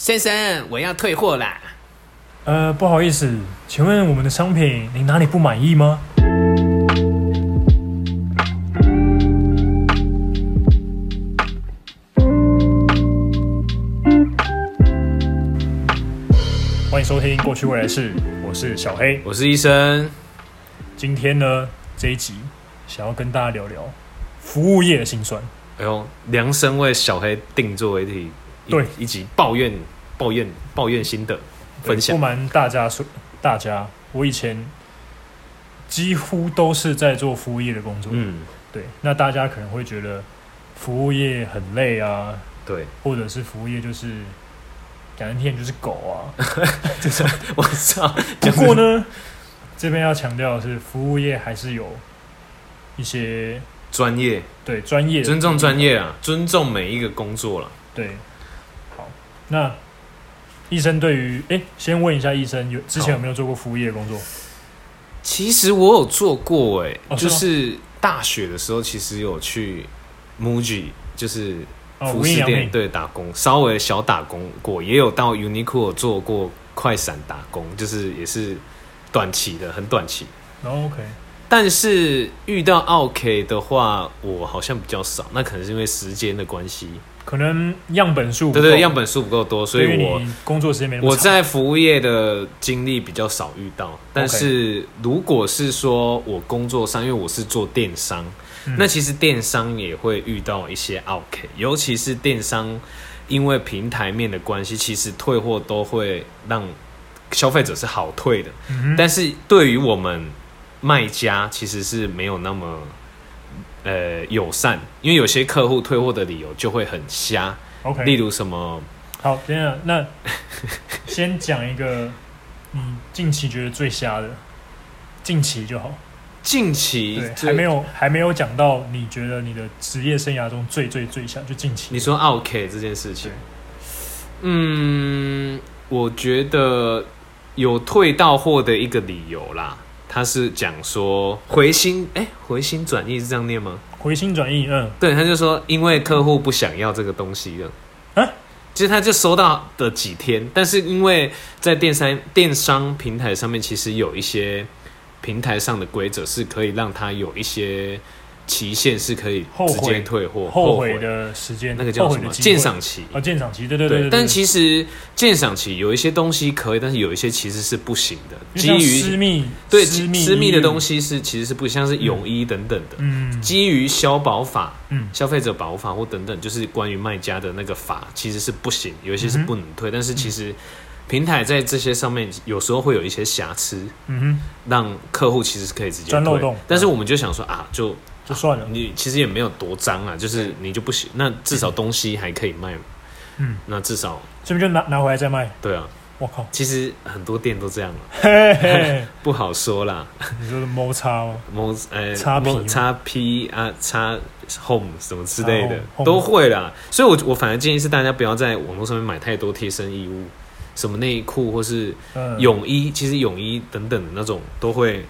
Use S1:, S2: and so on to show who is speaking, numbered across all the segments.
S1: 先生，我要退货啦！
S2: 呃，不好意思，请问我们的商品您哪里不满意吗？欢迎收听《过去未来事》，我是小黑。
S1: 我是医生，
S2: 今天呢，这一集想要跟大家聊聊服务业的辛酸。
S1: 哎呦，量身为小黑定做一题，一
S2: 对
S1: 一集抱怨抱怨抱怨心得分享
S2: 不。瞒大家说，大家，我以前几乎都是在做服务业的工作。
S1: 嗯，
S2: 对，那大家可能会觉得服务业很累啊，
S1: 对，
S2: 或者是服务业就是讲难听点就是狗 啊。
S1: 我操，
S2: 不过呢，这边要强调的是，服务业还是有一些
S1: 专业，
S2: 对专业的
S1: 尊重专业啊，尊重每一个工作了。
S2: 对。好，那医生对于哎、先问一下医生，有之前有没有做过服务业的工作？
S1: 其实我有做过、欸，哎、
S2: 哦
S1: 就是
S2: 吗
S1: 是大学的时候，其实有去 MUJI，就是
S2: 哦，
S1: 服
S2: 无印
S1: 饰
S2: 良
S1: 店
S2: 品。
S1: 对打工，稍微小打工过，也有到 Uniqlo 做过快闪打工，就是也是短期的，很短期。
S2: 然后哦 OK，
S1: 但是遇到 OK 的话，我好像比较少，那可能是因为时间的关系，
S2: 可能样本数不
S1: 对对，
S2: 够
S1: 样本数不够多，所
S2: 对于
S1: 以我
S2: 你工作时间没那么
S1: 我
S2: 长。
S1: 在服务业的经历比较少遇到。但是如果是说我工作上，因为我是做电商，
S2: 嗯
S1: 那其实电商也会遇到一些 OK，尤其是电商，因为平台面的关系，其实退货都会让消费者是好退的，
S2: 嗯哼
S1: 但是对于我们卖家其实是没有那么呃友善，因为有些客户退货的理由就会很瞎，
S2: OK，
S1: 例如什么
S2: 好，等一下，那 先讲一个你近期觉得最瞎的，近期就好。
S1: 近期
S2: 对，
S1: 就
S2: 还没有还没有讲到你觉得你的职业生涯中最最最瞎，就近期。
S1: 你说 OK 这件事情
S2: 对，
S1: 嗯，我觉得有退到货的一个理由啦，他是讲说回心，哎、回心转意是这样念吗？
S2: 回心转意，嗯，
S1: 对，他就说因为客户不想要这个东西了。
S2: 啊
S1: 其实他就收到的几天，但是因为在电商电商平台上面，其实有一些平台上的规则是可以让他有一些期限，是可以
S2: 后
S1: 直
S2: 悔
S1: 接退货，
S2: 后悔的时间，
S1: 那个叫
S2: 后
S1: 什
S2: 悔
S1: 么
S2: 的机会
S1: 鉴赏期。
S2: 哦，鉴赏期，对对对
S1: 对，
S2: 对。
S1: 但其实鉴赏期有一些东西可以，但是有一些其实是不行的。基
S2: 基于私
S1: 于
S2: 密，
S1: 对
S2: 私
S1: 私
S2: 密
S1: 密的东
S2: 西，
S1: 西是其实是不行，像是泳衣等等的。
S2: 嗯
S1: 基于消保法、
S2: 嗯
S1: 消费者保护法或等等，就是关于卖家的那个法，其实是不行，有一些是不能
S2: 嗯
S1: 退。但是其实平台在这些上面有时候会有一些瑕疵，
S2: 嗯
S1: 让客户其实是可以直接
S2: 钻漏
S1: 退
S2: 洞
S1: 但是我们就想说啊，就
S2: 哼，就算了，
S1: 你其实也没有多脏啊，就是你就不行，那至少东西还可以卖嘛。
S2: 嗯，
S1: 那至少
S2: 这边就拿拿回来再卖。
S1: 对啊，
S2: 我靠，
S1: 其实很多店都这样了，
S2: 嘿嘿，
S1: 不好说啦。
S2: 你说的哦摩擦吗？
S1: 某呃，
S2: 叉 P
S1: 某
S2: 吗
S1: 叉 P 啊，叉 Home 什么之类的
S2: 啊，Home，Home
S1: 都会啦。所以我，我反而建议是大家不要在网络上面买太多贴身衣物，什么内裤或是
S2: 嗯，
S1: 泳衣，其实泳衣等等的那种都会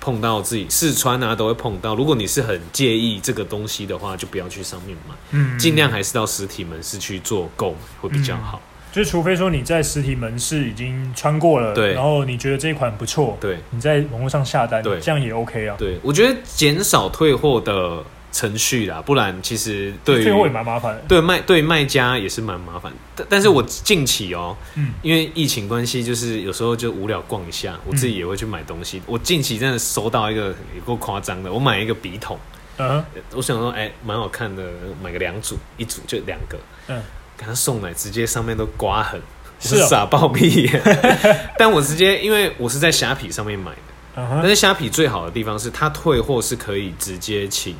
S1: 碰到自己试穿啊，都会碰到。如果你是很介意这个东西的话，就不要去上面买，
S2: 嗯，
S1: 尽量还是到实体门市去做购买会比较好。
S2: 就是除非说你在实体门市已经穿过了，
S1: 对
S2: 然后你觉得这一款不错，
S1: 对。
S2: 你在网络上下单，
S1: 对
S2: 这样也 OK 啊。
S1: 对，我觉得减少退货的程序啦，不然其实对
S2: 退货也
S1: 于
S2: 蛮麻烦的，
S1: 对卖对卖家也是蛮麻烦。但但是我近期哦、
S2: 嗯
S1: 因为疫情关系，就是有时候就无聊逛一下，我自己也会去买东西。我近期真的收到一个也够夸张的，我买一个笔筒，
S2: 嗯
S1: 呃我想说哎蛮、好看的，买个两组，一组就两个，
S2: 嗯，
S1: 给他送来，直接上面都刮痕。
S2: 是
S1: 我
S2: 哦
S1: 傻爆屁眼， 但我直接因为我是在虾皮上面买的，
S2: 嗯
S1: 但
S2: 哼，
S1: 是虾皮最好的地方是，它退货是可以直接请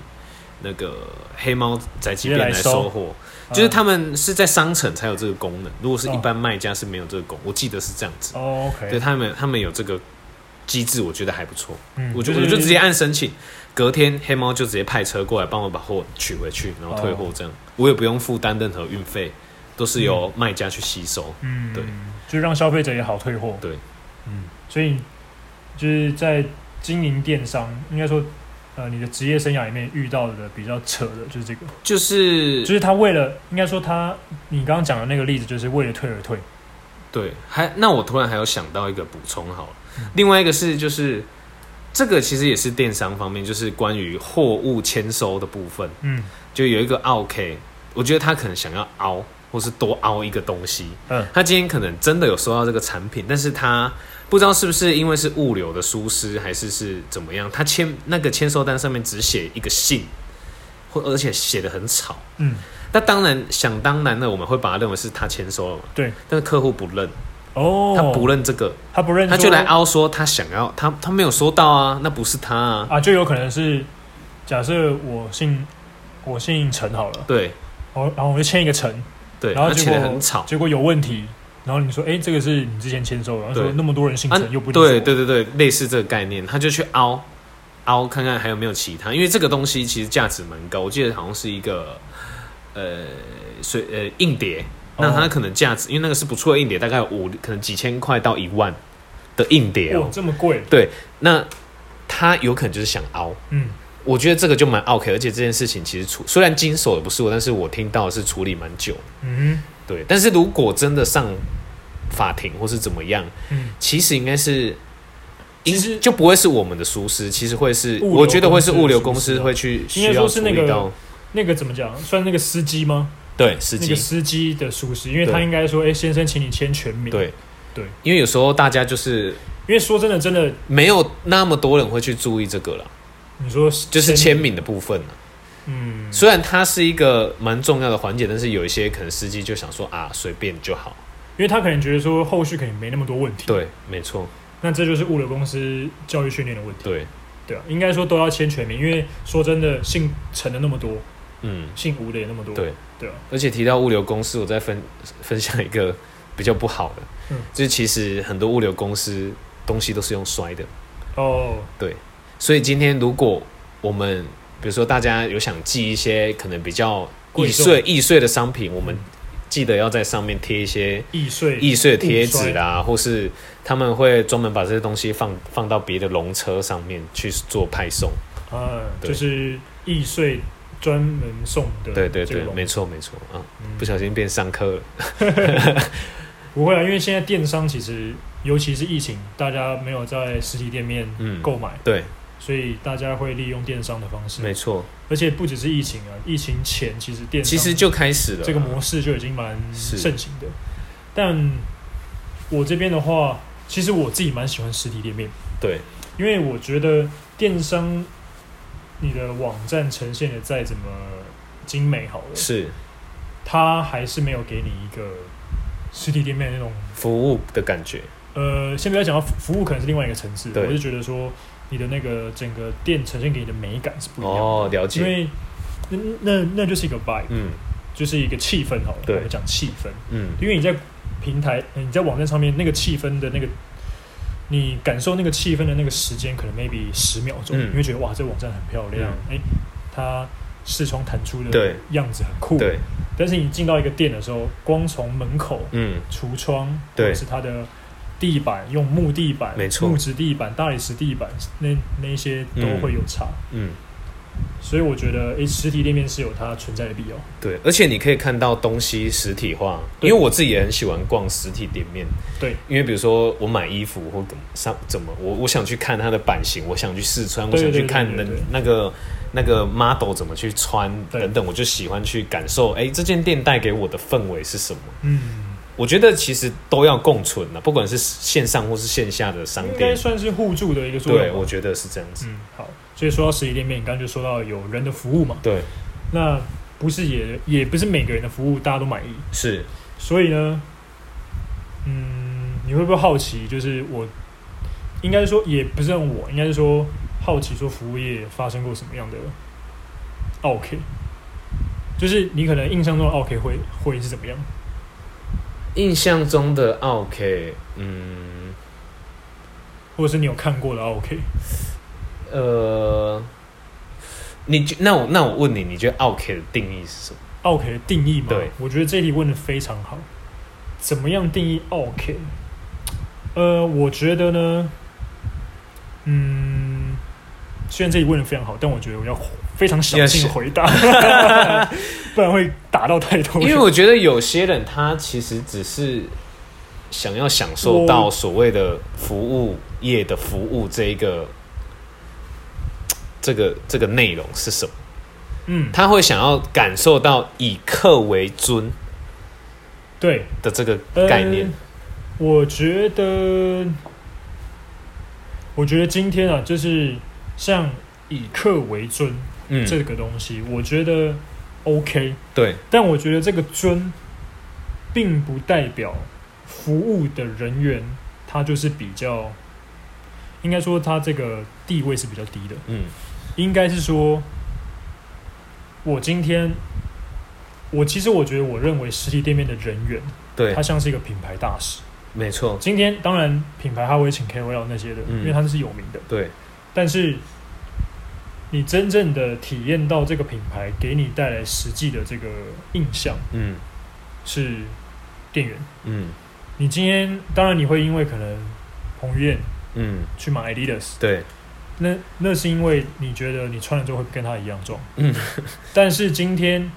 S1: 那个黑猫宅急便来收嗯货，就是他们是在商城才有这个功能，如果是一般卖家是没有这个功，我记得是这样子。
S2: 哦
S1: 对
S2: OK，
S1: 他们，他们有这个机制，我觉得还不错。
S2: 嗯
S1: 我就
S2: 就是
S1: 我就直接按申请，隔天黑猫就直接派车过来帮我把货取回去，然后退货这样，我也不用负担任何运费，都是由卖家去吸收。
S2: 嗯，
S1: 对，
S2: 就是让消费者也好退货，
S1: 对，
S2: 嗯，所以就是在经营电商，应该说，嗯、呃你的职业生涯里面遇到的比较扯的，就是这个，
S1: 就是
S2: 就是他为了应该说他你刚刚讲的那个例子，就是为了退而退。
S1: 对，还那我突然还有想到一个补充好了，另外一个是就是这个其实也是电商方面，就是关于货物签收的部分，
S2: 嗯
S1: 就有一个 OK，我觉得他可能想要凹，或是多凹一个东西，
S2: 嗯，
S1: 他今天可能真的有收到这个产品，但是他不知道是不是因为是物流的疏失，还是是怎么样，他签那个签收单上面只写一个信，或而且写的很吵。
S2: 嗯，
S1: 那当然想当然的，我们会把它认为是他签收了嘛。
S2: 对，
S1: 但是客户不认，
S2: 哦，
S1: 他不认这个，
S2: 他不认
S1: 他
S2: 说，
S1: 就来凹说他想要他他没有收到啊，那不是他啊。
S2: 啊，就有可能是假设我姓我姓陈好了，
S1: 对
S2: 我然后我就签一个陈，
S1: 对，
S2: 然后
S1: 他
S2: 结
S1: 写
S2: 果
S1: 的很吵。
S2: 结果有问题，然后你说，哎、这个是你之前签收的，然后说
S1: 对
S2: 那么多人姓陈、又不理解
S1: 啊对
S2: 我，
S1: 对对对，类似这个概念，他就去凹凹看看还有没有其他，因为这个东西其实价值蛮高，我记得好像是一个呃水呃硬碟，
S2: 哦
S1: 那它可能价值，因为那个是不错的硬碟，大概有五可能几千块到一万的硬碟
S2: 哇
S1: 哦，
S2: 这么贵，
S1: 那他有可能就是想凹。
S2: 嗯，
S1: 我觉得这个就蛮 OK，而且这件事情其实处虽然经手的不是我，但是我听到的是处理蛮久，
S2: 嗯
S1: 对。但是如果真的上法庭或是怎么样，
S2: 哼嗯，
S1: 其实应该是，
S2: 其
S1: 应
S2: 实
S1: 就不会是我们的疏失，其实会是，
S2: 物流
S1: 我觉得会是
S2: 公司的
S1: 物流
S2: 疏
S1: 公
S2: 失
S1: 司
S2: 啊
S1: 会去需
S2: 应该
S1: 要
S2: 说是
S1: 处
S2: 那
S1: 理
S2: 个
S1: 到
S2: 那个怎么讲，算那个司机吗？
S1: 对司
S2: 那
S1: 机
S2: 个司机的属实，因为他
S1: 对
S2: 应该说，哎、先生，请你签全名，
S1: 对
S2: 对，
S1: 因为有时候大家就是
S2: 因为说真的，真的，
S1: 没有那么多人会去注意这个了，
S2: 你说
S1: 就是签名的部分啊
S2: 嗯，
S1: 虽然它是一个蛮重要的环节，但是有一些可能司机就想说啊随便就好，
S2: 因为他可能觉得说后续可能没那么多问题，，
S1: 对，没错，
S2: 那这就是物流公司教育训练的问题，
S1: 对，
S2: 对啊，应该说都要签全名，因为说真的，姓陈的那么多，
S1: 嗯。
S2: 姓吴的也那么多，
S1: 对
S2: 对啊，
S1: 而且提到物流公司，我再分分享一个比较不好的，
S2: 嗯
S1: 就是其实很多物流公司东西都是用摔的，
S2: 哦，
S1: 所以今天如果我们比如说大家有想寄一些可能比较易
S2: 贵重
S1: 碎易碎的商品，我们
S2: 嗯
S1: 记得要在上面贴一些
S2: 易碎，
S1: 易碎的贴纸
S2: 嗯
S1: 啦，或是他们会专门把这些东西放放到别的龙车上面去做派送。
S2: 啊，
S1: 对
S2: 就是易碎专门送的，
S1: 对对对，没
S2: 没
S1: 错没错啊，不
S2: 不
S1: 小心变上课了。
S2: 嗯不会啊，因为现在电商其实，尤其是疫情，大家没有在实体店面
S1: 嗯，
S2: 购买，
S1: 对，
S2: 所以大家会利用电商的方
S1: 没
S2: 式，
S1: 错，
S2: 而且不只是疫情啊，疫情前其实电商
S1: 其实就开始了
S2: 这个模式就已经蛮
S1: 啊是
S2: 盛行的，但我这边的话，其实我自己蛮喜欢实体店面。
S1: 对。
S2: 因为我觉得电商你的网站呈现的再怎么精美好了，
S1: 是
S2: 它还是没有给你一个实体店面的那种
S1: 服务的感觉，
S2: 呃，先不要讲到服服务可能是另外一个层次，
S1: 对
S2: 我就觉得说你的那个整个店呈现给你的美感是不一样的，
S1: 哦，了
S2: 因
S1: 解，
S2: 为那那那就是一个 vibe，、
S1: 嗯
S2: 就是一个气氛好了，我
S1: 对
S2: 们讲气氛，
S1: 嗯，
S2: 因为你在平台呃你在网站上面那个气氛的那个。你感受那个气氛的那个时间，可能 maybe 十秒钟，
S1: 嗯
S2: 你会觉得哇，这网站很漂亮，哎、它视窗弹出的
S1: 对
S2: 样子很酷。
S1: 对，
S2: 但是你进到一个店的时候，光从门口、
S1: 嗯
S2: 橱窗，
S1: 对
S2: 或者是它的地板，用木地板、
S1: 没错
S2: 木质地板、大理石地板，那那一些都
S1: 嗯
S2: 会有差。
S1: 嗯，
S2: 所以我觉得，哎、实体店面是有它存在的必要。
S1: 对，而且你可以看到东西实体化，因
S2: 对
S1: 为我自己也很喜欢逛实体店面，
S2: 对，
S1: 因为比如说我买衣服或怎么上怎么，我我想去看它的版型，我想去试穿，我
S2: 对
S1: 想去
S2: 对对
S1: 看
S2: 对
S1: 那
S2: 对
S1: 那个那个 model 怎么去穿
S2: 对
S1: 等等，我就喜欢去感受，哎，这间店带给我的氛围是什么？
S2: 嗯，
S1: 我觉得其实都要共存的，不管是线上或是线下的商
S2: 应该
S1: 店，
S2: 算是互助的一个作用吧。
S1: 对，我觉得是这样子，
S2: 嗯，好。所以说到实体店面，你刚刚就说到有人的服务嘛，
S1: 对，
S2: 那不是也也不是每个人的服务大家都满意，
S1: 是，
S2: 所以呢，嗯，你会不会好奇？就是我应该说也不是让我，应该是说好奇说服务业发生过什么样的 OK，就是你可能印象中的 OK 会会是怎么样？
S1: 印象中的 OK，嗯，
S2: 或者是你有看过的 OK？
S1: 呃，你觉那我那我问你，你觉得 OK 的定义是什么？
S2: OK 的定义嘛？
S1: 对，
S2: 我觉得这一题问的非常好。怎么样定义 OK？呃，我觉得呢，嗯，虽然这里问的非常好，但我觉得我要非常小心回 答，不然会打到太 多人。
S1: 因为我觉得有些人他其实只是想要享受到所谓的服务业的服务这一个这个这个内容是什么，
S2: 嗯，
S1: 他会想要感受到以客为尊
S2: 对，
S1: 的这个概念。
S2: 呃我觉得，我觉得今天啊，就是像以客为尊
S1: 嗯，
S2: 这个东西，我觉得 OK，
S1: 对，
S2: 但我觉得这个尊，并不代表服务的人员他就是比较，应该说他这个地位是比较低的，
S1: 嗯
S2: 应该是说，我今天，我其实我觉得我认为实体店面的人员，
S1: 对
S2: 他，像是一个品牌大使。
S1: 没错，
S2: 今天当然品牌它会请 KOL 那些的，
S1: 嗯
S2: 因为它那是有名的。
S1: 对，
S2: 但是你真正的体验到这个品牌给你带来实际的这个印象
S1: 嗯
S2: 是店员。
S1: 嗯
S2: 你今天当然你会因为可能彭于晏
S1: 嗯，
S2: 去买 Adidas，
S1: 对，
S2: 那那是因为你觉得你穿了之后会跟他一样重。
S1: 嗯，
S2: 但是今天。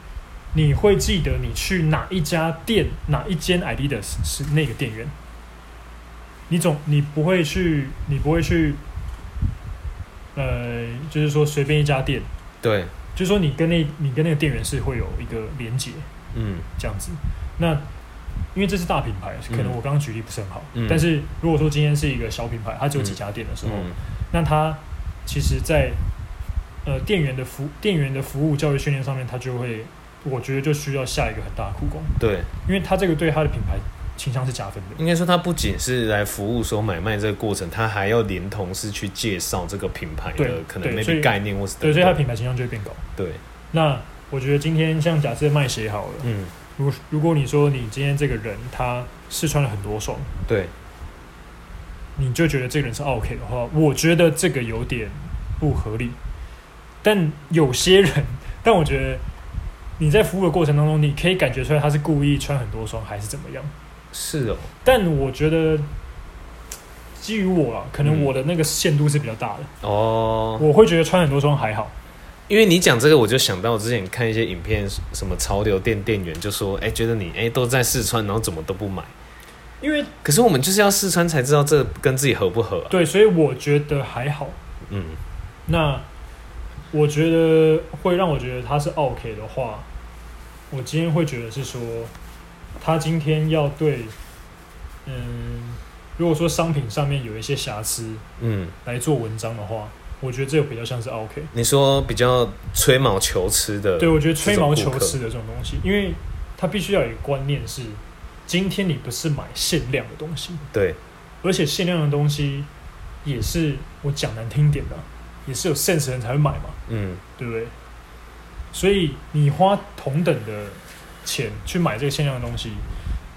S2: 你会记得你去哪一家店、哪一间 Adidas 是那个店员？你总你不会去，你不会去，呃，就是说随便一家店，
S1: 对，
S2: 就是说你跟那你跟那个店员是会有一个连接
S1: 嗯
S2: 这样子。那因为这是大品牌，可能
S1: 嗯
S2: 我刚刚举例不是很好，
S1: 嗯
S2: 但是如果说今天是一个小品牌，它只有几家店的时候，
S1: 嗯
S2: 那它其实在呃店员的服店员的服务教育训练上面，它就会我觉得就需要下一个很大的苦功，
S1: 对，
S2: 因为它这个对它的品牌倾向是加分的。
S1: 应该说它不仅是来服务说买卖这个过程，它还要连同是去介绍这个品牌的
S2: 对
S1: 可能
S2: 对所
S1: maybe
S2: 以
S1: 概念或是
S2: 对，所以它的
S1: 等等
S2: 品牌倾向就会变高。
S1: 对，
S2: 那我觉得今天像假设卖鞋好了，
S1: 嗯
S2: 如如果你说你今天这个人他试穿了很多双，
S1: 对，
S2: 你就觉得这个人是 OK 的话，我觉得这个有点不合理。但有些人，但我觉得你在服务的过程当中，你可以感觉出来他是故意穿很多双还是怎么样。
S1: 是哦，
S2: 但我觉得，基于我啊，可能
S1: 嗯
S2: 我的那个限度是比较大的，
S1: 哦，
S2: 我会觉得穿很多双还好。
S1: 因为你讲这个，我就想到之前看一些影片，什么潮流店店员就说，哎、觉得你哎、都在试穿，然后怎么都不买，
S2: 因为
S1: 可是我们就是要试穿才知道这跟自己合不合啊，
S2: 对，所以我觉得还好。
S1: 嗯
S2: 那我觉得会让我觉得他是 OK 的话，我今天会觉得是说，他今天要对，嗯，如果说商品上面有一些瑕疵
S1: 嗯。
S2: 来做文章的话，我觉得这个比较像是 OK。
S1: 你说比较吹毛求疵的，
S2: 对，我觉得吹毛求
S1: 这种顾客
S2: 疵的这种东西，因为他必须要有一个观念是，今天你不是买限量的东西，
S1: 对
S2: 而且限量的东西也是我讲难听一点的啊，也是有 sense 的人才会买嘛。
S1: 嗯，
S2: 对不对？所以你花同等的钱去买这个限量的东西，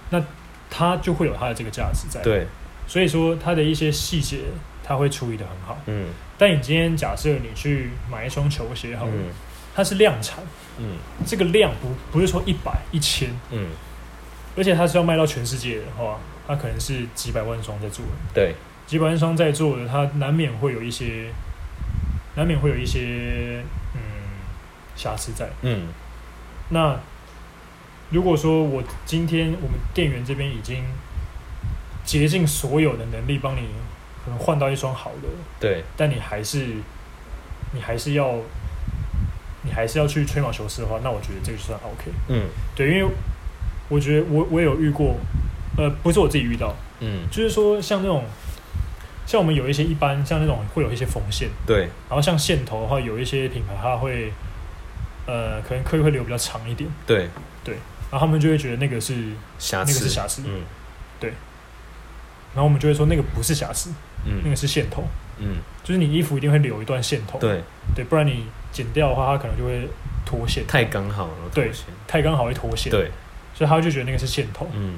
S2: 那它就会有它的这个价值在。，
S1: 对，
S2: 所以说它的一些细节，它会处理的很好。
S1: 嗯
S2: 但你今天假设你去买一双球鞋好了，
S1: 嗯
S2: 它是量产，
S1: 嗯
S2: 这个量不不是说一百一千，
S1: 嗯，
S2: 而且它是要卖到全世界的话，它可能是几百万双在做的，
S1: 对，
S2: 几百万双在做的，它难免会有一些，难免会有一些嗯瑕疵在。
S1: 嗯
S2: 那如果说我今天我们店员这边已经竭尽所有的能力帮你，可能换到一双好的，
S1: 对，
S2: 但你还是你还是要你还是要去吹毛求疵的话，那我觉得这个就算 OK。
S1: 嗯
S2: 对，因为我觉得我我有遇过，呃，不是我自己遇到，
S1: 嗯
S2: 就是说像那种像我们有一些一般像那种会有一些缝线，
S1: 对，
S2: 然后像线头的话，有一些品牌它会呃可能刻意会留比较长一点。
S1: 对，
S2: 然后他们就会觉得那个是，
S1: 瑕
S2: 那个是
S1: 疵，
S2: 瑕疵
S1: 嗯
S2: 然后我们就会说那个不是瑕疵，
S1: 嗯
S2: 那个是线头，
S1: 嗯，
S2: 就是你衣服一定会留一段线头，
S1: 对，
S2: 对不然你剪掉的话，它可能就会脱线，
S1: 太刚好了，
S2: 对
S1: 头衔
S2: 太刚好会脱线，，
S1: 对，
S2: 所以他就觉得那个是线头，
S1: 嗯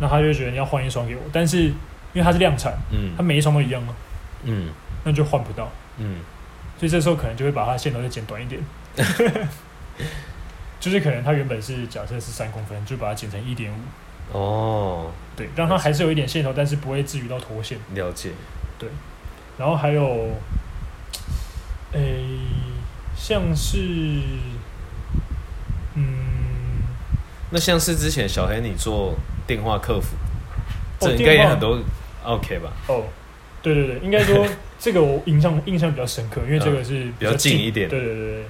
S2: 那他就会觉得你要换一双给我，但是因为它是量产，它
S1: 嗯
S2: 每一双都一样嘛，
S1: 嗯
S2: 那就换不到，
S1: 嗯，
S2: 所以这时候可能就会把它的线头再剪短一 点，就是可能它原本是假设是三公分，就把它剪成一点五，
S1: 哦，
S2: 对，让它还是有一点线头，但是不会至于到脱线。
S1: 了解，
S2: 然后还有，诶、像是，嗯，
S1: 那像是之前小黑你做电话客服，
S2: 哦
S1: 这应该也
S2: 电话
S1: 很多 OK 吧？
S2: 哦，对对对，应该 说这个我印象印象比较深刻，因为这个是
S1: 嗯比较近一点
S2: 对对对对，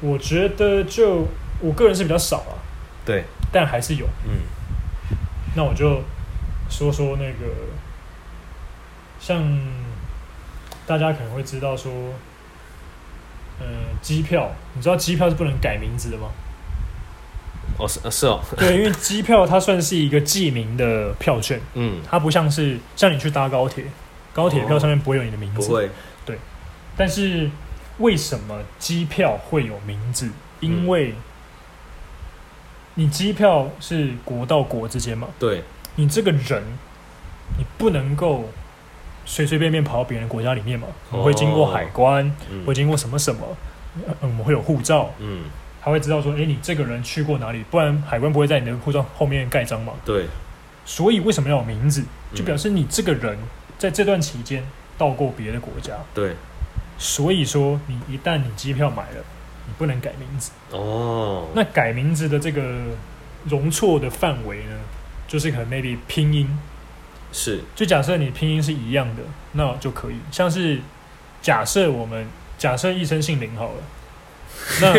S2: 我觉得就我个人是比较少啊，
S1: 对，
S2: 但还是有。
S1: 嗯，
S2: 那我就说说那个，像大家可能会知道说，呃，机票，你知道机票是不能改名字的 吗？
S1: 哦是呃是哦，
S2: 对，因为机票它算是一个记名的票券，
S1: 嗯，
S2: 它不像是像你去搭高铁，高铁票上面不会有你的名
S1: 哦不
S2: 字，
S1: 会，
S2: 但是为什么机票会有名字？
S1: 嗯
S2: 因为你机票是国到国之间嘛，
S1: 对，
S2: 你这个人，你不能够随随便便跑到别人国家里面嘛，
S1: 哦
S2: 你会经过海关，
S1: 嗯
S2: 会经过什么什么，呃我们会有护照，
S1: 嗯，
S2: 他会知道说，诶，你这个人去过哪里，不然海关不会在你的护照后面盖章嘛。
S1: 对，
S2: 所以为什么要有名字？
S1: 嗯
S2: 就表示你这个人在这段期间到过别的国家，
S1: 对，
S2: 所以说你一旦你机票买了，你不能改名字。
S1: 哦，
S2: 那改名字的这个容错的范围呢，就是可能 maybe 拼音，
S1: 是，
S2: 就假设你拼音是一样的，那就可以。像是假设我们假设一生姓林好 了，那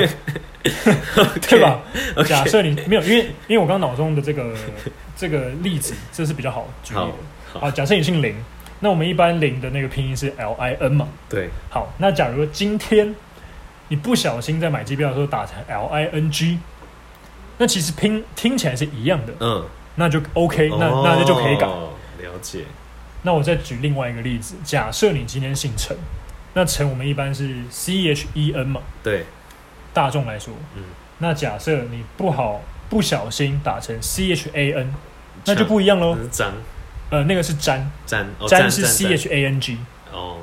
S2: 对吧？
S1: OK
S2: 假设你没有，因为因为我刚脑中的这个这个例子，这是比较好举例
S1: 好
S2: 的。好，假设你姓林，那我们一般林的那个拼音是 L I N 嘛。
S1: 对，
S2: 好，那假如今天你不小心在买机票的时候打成 L I N G，那其实拼听起来是一样的，
S1: 嗯，
S2: 那就 OK，那
S1: 哦
S2: 那那就可以改。
S1: 了解，
S2: 那我再举另外一个例子，假设你今天姓陈，那陈我们一般是 C H E N 嘛，
S1: 对，
S2: 大众来说，
S1: 嗯
S2: 那假设你不好不小心打成 C H A N，那就不一样喽
S1: 那，是张
S2: 呃，那个是詹，
S1: 詹，嗯哦
S2: 詹哦是
S1: 詹
S2: C H A N G，
S1: 哦，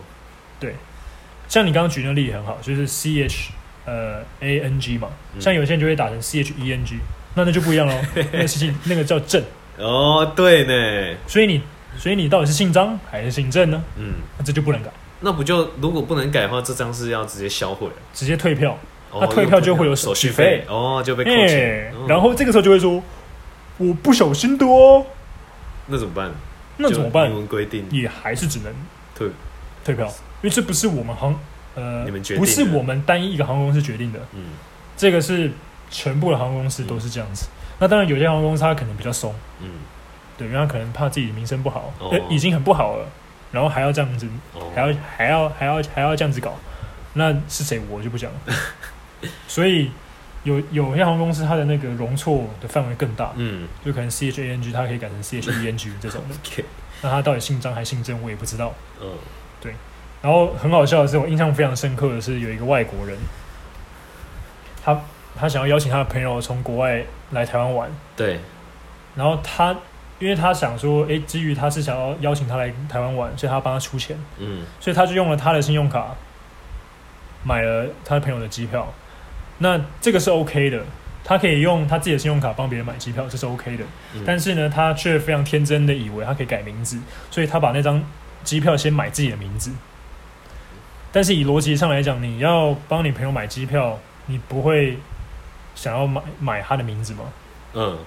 S2: 像你刚刚举那个例子很好，就是 C H 呃 A N G 嘛，
S1: 嗯
S2: 像有些人就会打成 C H E N G，那那就不一 样喽，那个事情那个叫郑，
S1: 哦，对呢，
S2: 所以你所以你到底是姓张还是姓郑呢？
S1: 嗯，
S2: 那这就不能改，
S1: 那不就如果不能改的话，这张是要直接销毁了。
S2: 直接退票。
S1: 哦
S2: 那退票就会有
S1: 手
S2: 手
S1: 续
S2: 续
S1: 费
S2: 费，
S1: 哦，就被扣
S2: 哎，
S1: 钱。哦
S2: 然后这个时候就会说，我不小心的哦，
S1: 那怎么办？
S2: 那怎么办
S1: 就明？文规定
S2: 也还是只能
S1: 退，
S2: 退票，因为这不是我们航呃，
S1: 你们决定的
S2: 不是我们单一一个航空公司决定的，
S1: 嗯，
S2: 这个是全部的航空公司都是这样子。那当然，有些航空公司它可能比较松，
S1: 嗯，
S2: 对，因为它可能怕自己名声不好，
S1: 哦
S2: 呃已经很不好了，然后还要这样子，
S1: 哦，
S2: 还要还要还要还要这样子搞，那是谁我就不讲了。 所以有有些航空公司它的那个容错的范围更大，
S1: 嗯。
S2: 就可能 C H A N G 它可以改成 C H E N G 这种的
S1: ，OK，
S2: 那它到底姓张还姓郑，我也不知道。
S1: 嗯，
S2: 然后很好笑的是，我印象非常深刻的是有一个外国人，他他想要邀请他的朋友从国外来台湾玩，
S1: 对，
S2: 然后他因为他想说，诶，基于他是想要邀请他来台湾玩，所以他帮他出钱，
S1: 嗯，
S2: 所以他就用了他的信用卡买了他的朋友的机票。那这个是 OK 的，他可以用他自己的信用卡帮别人买机票，这是 OK 的。
S1: 嗯
S2: 但是呢，他却非常天真的以为他可以改名字，所以他把那张机票先买自己的名字。但是以逻辑上来讲，你要帮你朋友买机票，你不会想要买买他的名字吗？
S1: 嗯，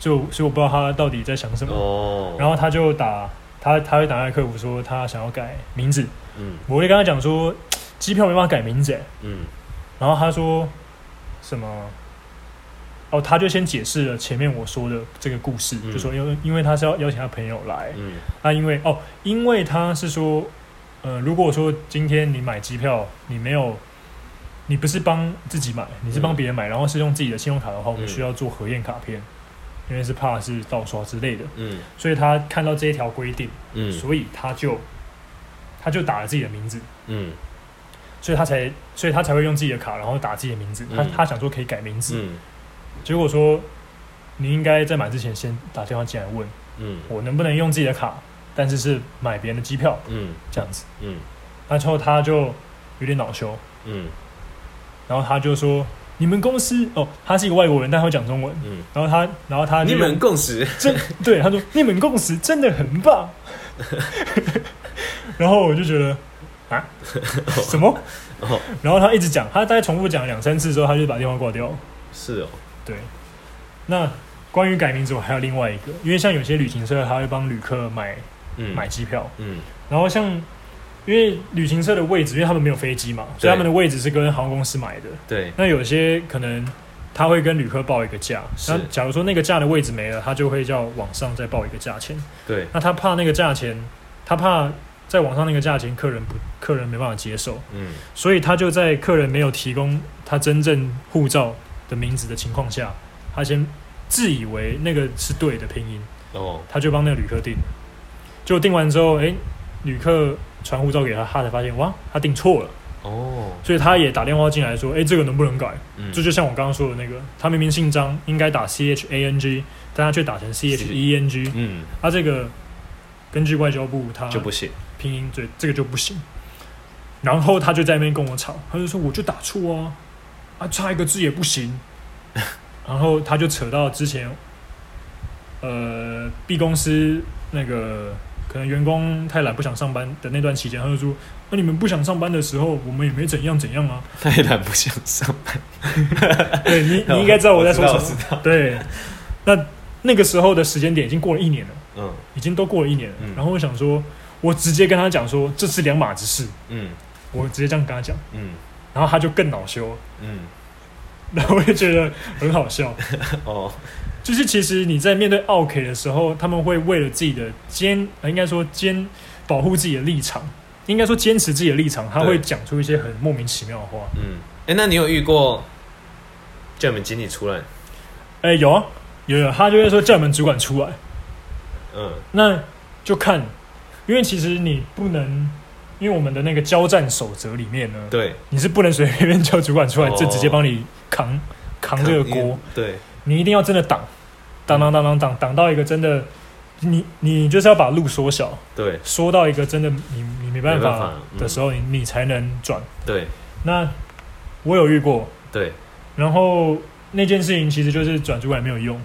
S2: 就所以我不知道他到底在想什么。
S1: 哦，
S2: 然
S1: 后，
S2: 后他就打他，他会打给客服说他想要改名字。
S1: 嗯
S2: 我会跟他讲说，机票没办法改名字欸。
S1: 嗯，
S2: 然后他说什么？哦，他就先解释了前面我说的这个故事，
S1: 嗯
S2: 就说因为因为他是要邀请他朋友来，
S1: 嗯
S2: 那因为哦，因为他是说，呃，如果说今天你买机票，你没有，你不是帮自己买，你是帮
S1: 嗯
S2: 别人买，然后是用自己的信用卡的话，我
S1: 嗯
S2: 们需要做核验卡片，因为是怕是盗刷之类的，
S1: 嗯
S2: 所以他看到这一条规定，
S1: 嗯
S2: 所以他就他就打了自己的名字，
S1: 嗯
S2: 所以他才所以他才会用自己的卡，然后打自己的名字，他
S1: 嗯
S2: 他想说可以改名字，
S1: 嗯
S2: 结果说你应该在买之前先打电话进来问
S1: 嗯
S2: 我能不能用自己的卡，但是是买别人的机票
S1: 嗯
S2: 这样子。
S1: 嗯
S2: 那之后他就有点恼羞，
S1: 嗯
S2: 然后他就说：“你们公司哦，他是一个外国人，但他会讲中文。
S1: 嗯，”
S2: 然后他，然后他就
S1: 你
S2: 用
S1: 们共识，
S2: 真对他说：“你们公司真的很棒。”然后我就觉得啊，什么？
S1: 哦，
S2: 然后他一直讲，他大概重复讲了两三次之后，他就把电话挂掉了。
S1: 是哦，
S2: 对，那关于改名字，我还有另外一个，因为像有些旅行社，他会帮旅客买
S1: 嗯，
S2: 买机票，
S1: 嗯
S2: 然后像因为旅行社的位置，因为他们没有飞机嘛，所以他们的位置是跟航空公司买的。
S1: 对，
S2: 那有些可能他会跟旅客报一个价，
S1: 是
S2: 那假如说那个价的位置没了，他就会叫网上再报一个价钱。
S1: 对，
S2: 那他怕那个价钱，他怕在网上那个价钱，客人不客人没办法接受，
S1: 嗯
S2: 所以他就在客人没有提供他真正护照的名字的情况下，他先自以为那个是对的拼音，
S1: 哦，
S2: 他就帮那个旅客订，就订完之后，诶，旅客传护照给他，他才发现哇，他订错了，
S1: 哦，
S2: 所以他也打电话进来说，诶，哎这个能不能改？
S1: 嗯，
S2: 这就像我刚刚说的那个，他明明姓张，应该打 C H A N G，但他却打成 C H E N G，
S1: 嗯
S2: 他这个根据外交部他
S1: 就不行，
S2: 拼音这这个就不行。然后他就在那边跟我吵，他就说我就打错啊，啊差一个字也 不行。然后他就扯到之前，呃，B 公司那个可能员工太懒不想上班的那段期间，他就说，那你们不想上班的时候，我们也没怎样怎样 啊。
S1: 太懒不想上班。
S2: 对你，你应该知道我在说什
S1: 我
S2: 么。
S1: 知道，我知道
S2: 对，那那个时候的时间点已经过了一年了，
S1: 嗯
S2: 已经都过了一年了。
S1: 嗯
S2: 然后我想说，我直接跟他讲说这是两码子事，
S1: 嗯
S2: 我直接这样跟他讲，
S1: 嗯
S2: 然后他就更恼羞，
S1: 嗯，
S2: 然后我就觉得很 好笑。
S1: 哦，
S2: 就是其实你在面对 OK 的时候，他们会为了自己的坚，呃应该说坚保护自己的立场，应该说坚持自己的立场，他
S1: 对
S2: 会讲出一些很莫名其妙的话。
S1: 嗯，哎、那你有遇过叫你们经理出来？
S2: 哎、有啊，有有，他就会说叫你们主管出来。
S1: 嗯，
S2: 那就看，因为其实你不能，因为我们的那个交战守则里面呢，
S1: 对，
S2: 你是不能随随便便叫主管出来，
S1: 哦
S2: 就直接帮你扛扛这个锅，，
S1: 对，
S2: 你一定要真的挡，挡挡挡挡挡挡到一个真的，你你就是要把路缩小，
S1: 对，
S2: 缩到一个真的你你没办
S1: 没办
S2: 法
S1: 法嗯
S2: 的时候，你你才能转。
S1: 对，
S2: 那我有遇过，
S1: 对，
S2: 然后那件事情其实就是转主管没有用，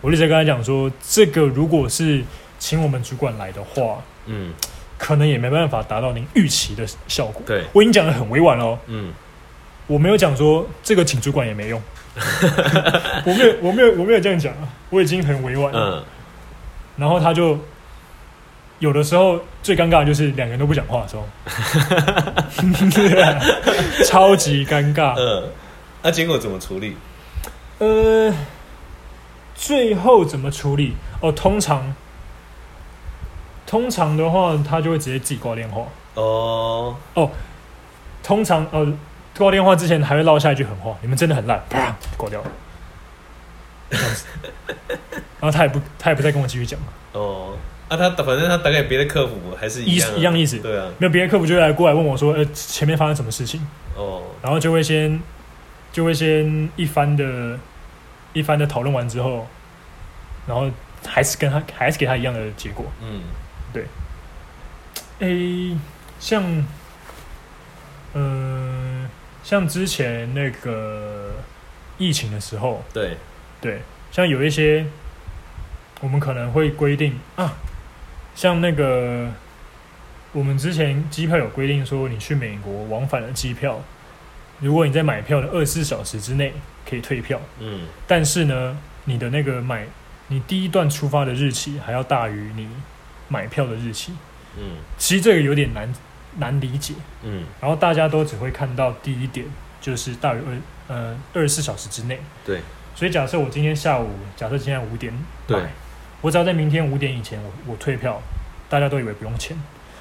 S2: 我一直在跟他讲说，这个如果是请我们主管来的话，
S1: 嗯，
S2: 可能也没办法达到您预期的效果。
S1: 对，
S2: 我已经讲的很委婉了哦，
S1: 嗯，
S2: 我没有讲说这个请主管也没用，我没有，我没有，我没有这样讲啊，我已经很委婉了。
S1: 嗯，
S2: 然后他就有的时候最尴尬的就是两个人都不讲话的时候，超级尴尬。
S1: 嗯，那、结果怎么处理？
S2: 呃，最后怎么处理？哦，通常通常的话，他就会直接自己挂电话。
S1: 哦，
S2: 通常呃挂电话之前还会落下一句狠话：“你们真的很烂。”啪，挂掉了。这样子然后他也不，他也不再跟我继续讲了。
S1: 哦，啊，他反正他打给别的客服还是一样、啊、
S2: 一一样意思
S1: 对啊，
S2: 没有别的客服就来过来问我说：“呃，前面发生什么事情
S1: 哦，？”
S2: 然后就会先就会先一番的一番的讨论完之后，然后还是跟他还是给他一样的结果。
S1: 嗯，
S2: 诶、像，嗯、像之前那个疫情的时候，
S1: 对，
S2: 对，像有一些我们可能会规定啊，像那个我们之前机票有规定说，你去美国往返的机票，如果你在买票的二十四小时之内可以退票，
S1: 嗯，
S2: 但是呢，你的那个买你第一段出发的日期还要大于你买票的日期。
S1: 嗯，
S2: 其实这个有点难难理解，
S1: 嗯，
S2: 然后大家都只会看到第一点，就是大于二呃二十四小时之内。
S1: 对。
S2: 所以假设我今天下午，假设今天五点
S1: 对
S2: 买，我只要在明天五点以前我我退票，大家都以为不用钱。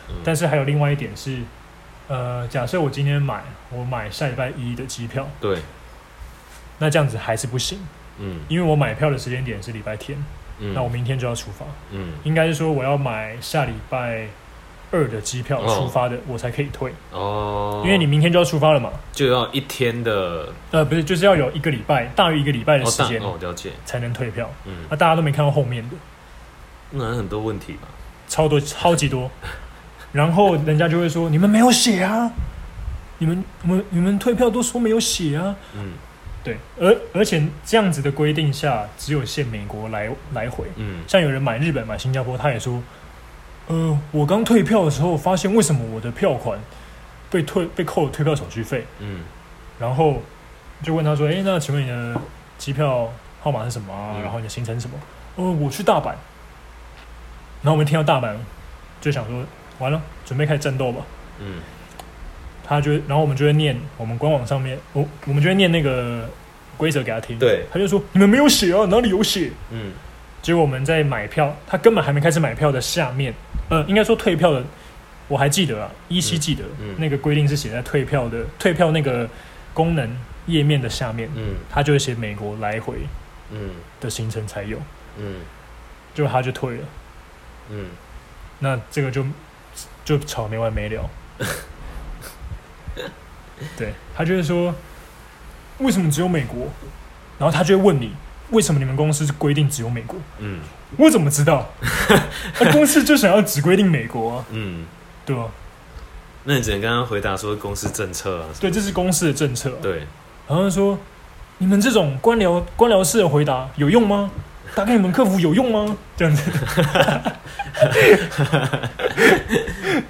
S1: 嗯
S2: 但是还有另外一点是，呃，假设我今天买我买下礼拜一的机票，
S1: 对，
S2: 那这样子还是不行，
S1: 嗯，
S2: 因为我买票的时间点是礼拜天，
S1: 嗯，
S2: 那我明天就要出发，
S1: 嗯，
S2: 应该是说我要买下礼拜二的机票
S1: 哦
S2: 出发的，我才可以退。
S1: 哦，
S2: 因为你明天就要出发了嘛，
S1: 就要一天的
S2: 呃，不是，就是要有一个礼拜大于一个礼拜的
S1: 哦，
S2: 时
S1: 大
S2: 间
S1: 哦，了解，
S2: 才能退票，
S1: 嗯
S2: 那、，大家都没看到后面的，
S1: 那很多问题吧，
S2: 超多超级多，然后人家就会说你们没有写啊，你们你们你们退票都说没有写啊，
S1: 嗯
S2: 对，而而且这样子的规定下，只有限美国来来回，
S1: 嗯，
S2: 像有人买日本买新加坡，他也说，呃，我刚退票的时候发现为什么我的票款被退被扣了退票手续费，
S1: 嗯
S2: 然后就问他说：“哎、那请问你的机票号码是什么啊、
S1: 嗯
S2: 然后你的行程是什么？”哦，我去大阪。然后我们听到大阪，就想说完了，准备开始战斗吧。
S1: 嗯
S2: 他就，然后我们就会念我们官网上面，我我们就会念那个规则给他听。
S1: 对
S2: 他就说你们没有写啊，哪里有写？
S1: 嗯
S2: 结果我们在买票，他根本还没开始买票的下面，呃，应该说退票的，我还记得啊，依稀记得、
S1: 嗯
S2: 那个规定是写在退票的退票那个功能页面的下面，
S1: 嗯
S2: 他就会写美国来回
S1: 嗯
S2: 的行程才有，
S1: 嗯
S2: 就他就退了，
S1: 嗯，
S2: 那这个就就吵没完没了。对他就是说，为什么只有美国？然后他就会问你，为什么你们公司规定只有美国？
S1: 嗯
S2: 我怎么知道？那公司就想要只规定美国啊，
S1: 嗯，
S2: 对吧？
S1: 那你只能跟他回答说公司政策啊，
S2: 对，这是公司的政策啊、
S1: 对，
S2: 然后他说，你们这种官僚官僚式的回答有用吗？打给你们客服有用吗？这样子。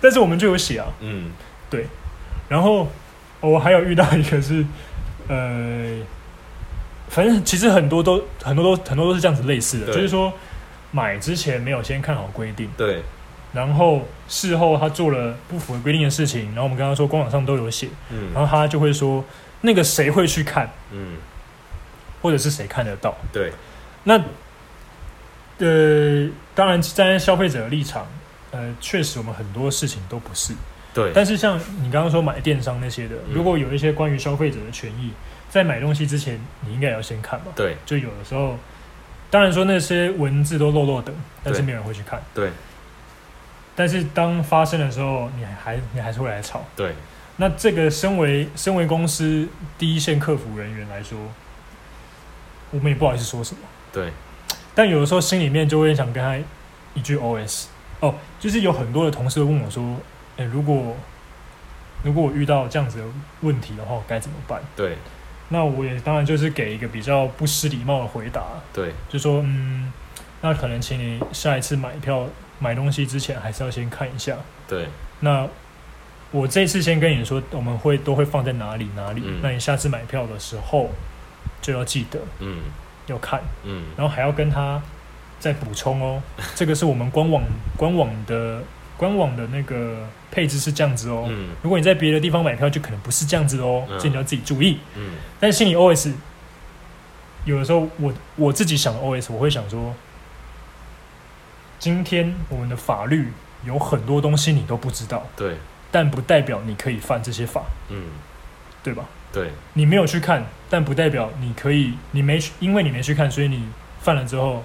S2: 但是我们就有写啊。
S1: 嗯
S2: 然后哦我还有遇到一个是，呃，反正其实很多都很多都很多都是这样子类似的，
S1: 对
S2: 就是说买之前没有先看好规定。
S1: 对，
S2: 然后事后他做了不符合规定的事情，然后我们跟他说官网上都有写，然
S1: 嗯
S2: 后他就会说那个谁会去看，
S1: 嗯
S2: 或者是谁看得到。
S1: 对，
S2: 那呃，当然站在消费者的立场，呃，确实我们很多事情都不是。
S1: 对，
S2: 但是像你刚刚说买电商那些的，
S1: 嗯
S2: 如果有一些关于消费者的权益，在买东西之前，你应该也要先看吧。
S1: 对
S2: 就有的时候，当然说那些文字都漏漏的，但是
S1: 对
S2: 没有人会去看。
S1: 对
S2: 但是当发生的时候，你还你还是会来吵。
S1: 对，
S2: 那这个身为身为公司第一线客服人员来说，我们也不好意思说什么。
S1: 对，
S2: 但有的时候心里面就会想跟他一句 OS 哦，就是有很多的同事问我说：“诶，如果如果我遇到这样子的问题的话，我该怎么办
S1: 对？”
S2: 那我也当然就是给一个比较不失礼貌的回答，
S1: 对，
S2: 就说：“嗯，那可能请你下一次买票买东西之前，还是要先看一下。”
S1: 对，
S2: 那我这次先跟你说，我们会都会放在哪里哪里。
S1: 嗯
S2: 那你下次买票的时候就要记得
S1: 嗯
S2: 要看，
S1: 嗯
S2: 然后还要跟他再补 充哦。这个是我们官网官网的官网的那个配置是这样子哦。
S1: 嗯
S2: 如果你在别的地方买票，就可能不是这样子哦，
S1: 嗯
S2: 所以你要自己注意。
S1: 嗯
S2: 但是心里 OS 有的时候我我自己想 OS，我会想说，今天我们的法律有很多东西你都不知道。
S1: 对，
S2: 但不代表你可以犯这些法，
S1: 嗯
S2: 对吧？
S1: 对，
S2: 你没有去看，但不代表你可以，你没去，因为你没去看，所以你犯了之后，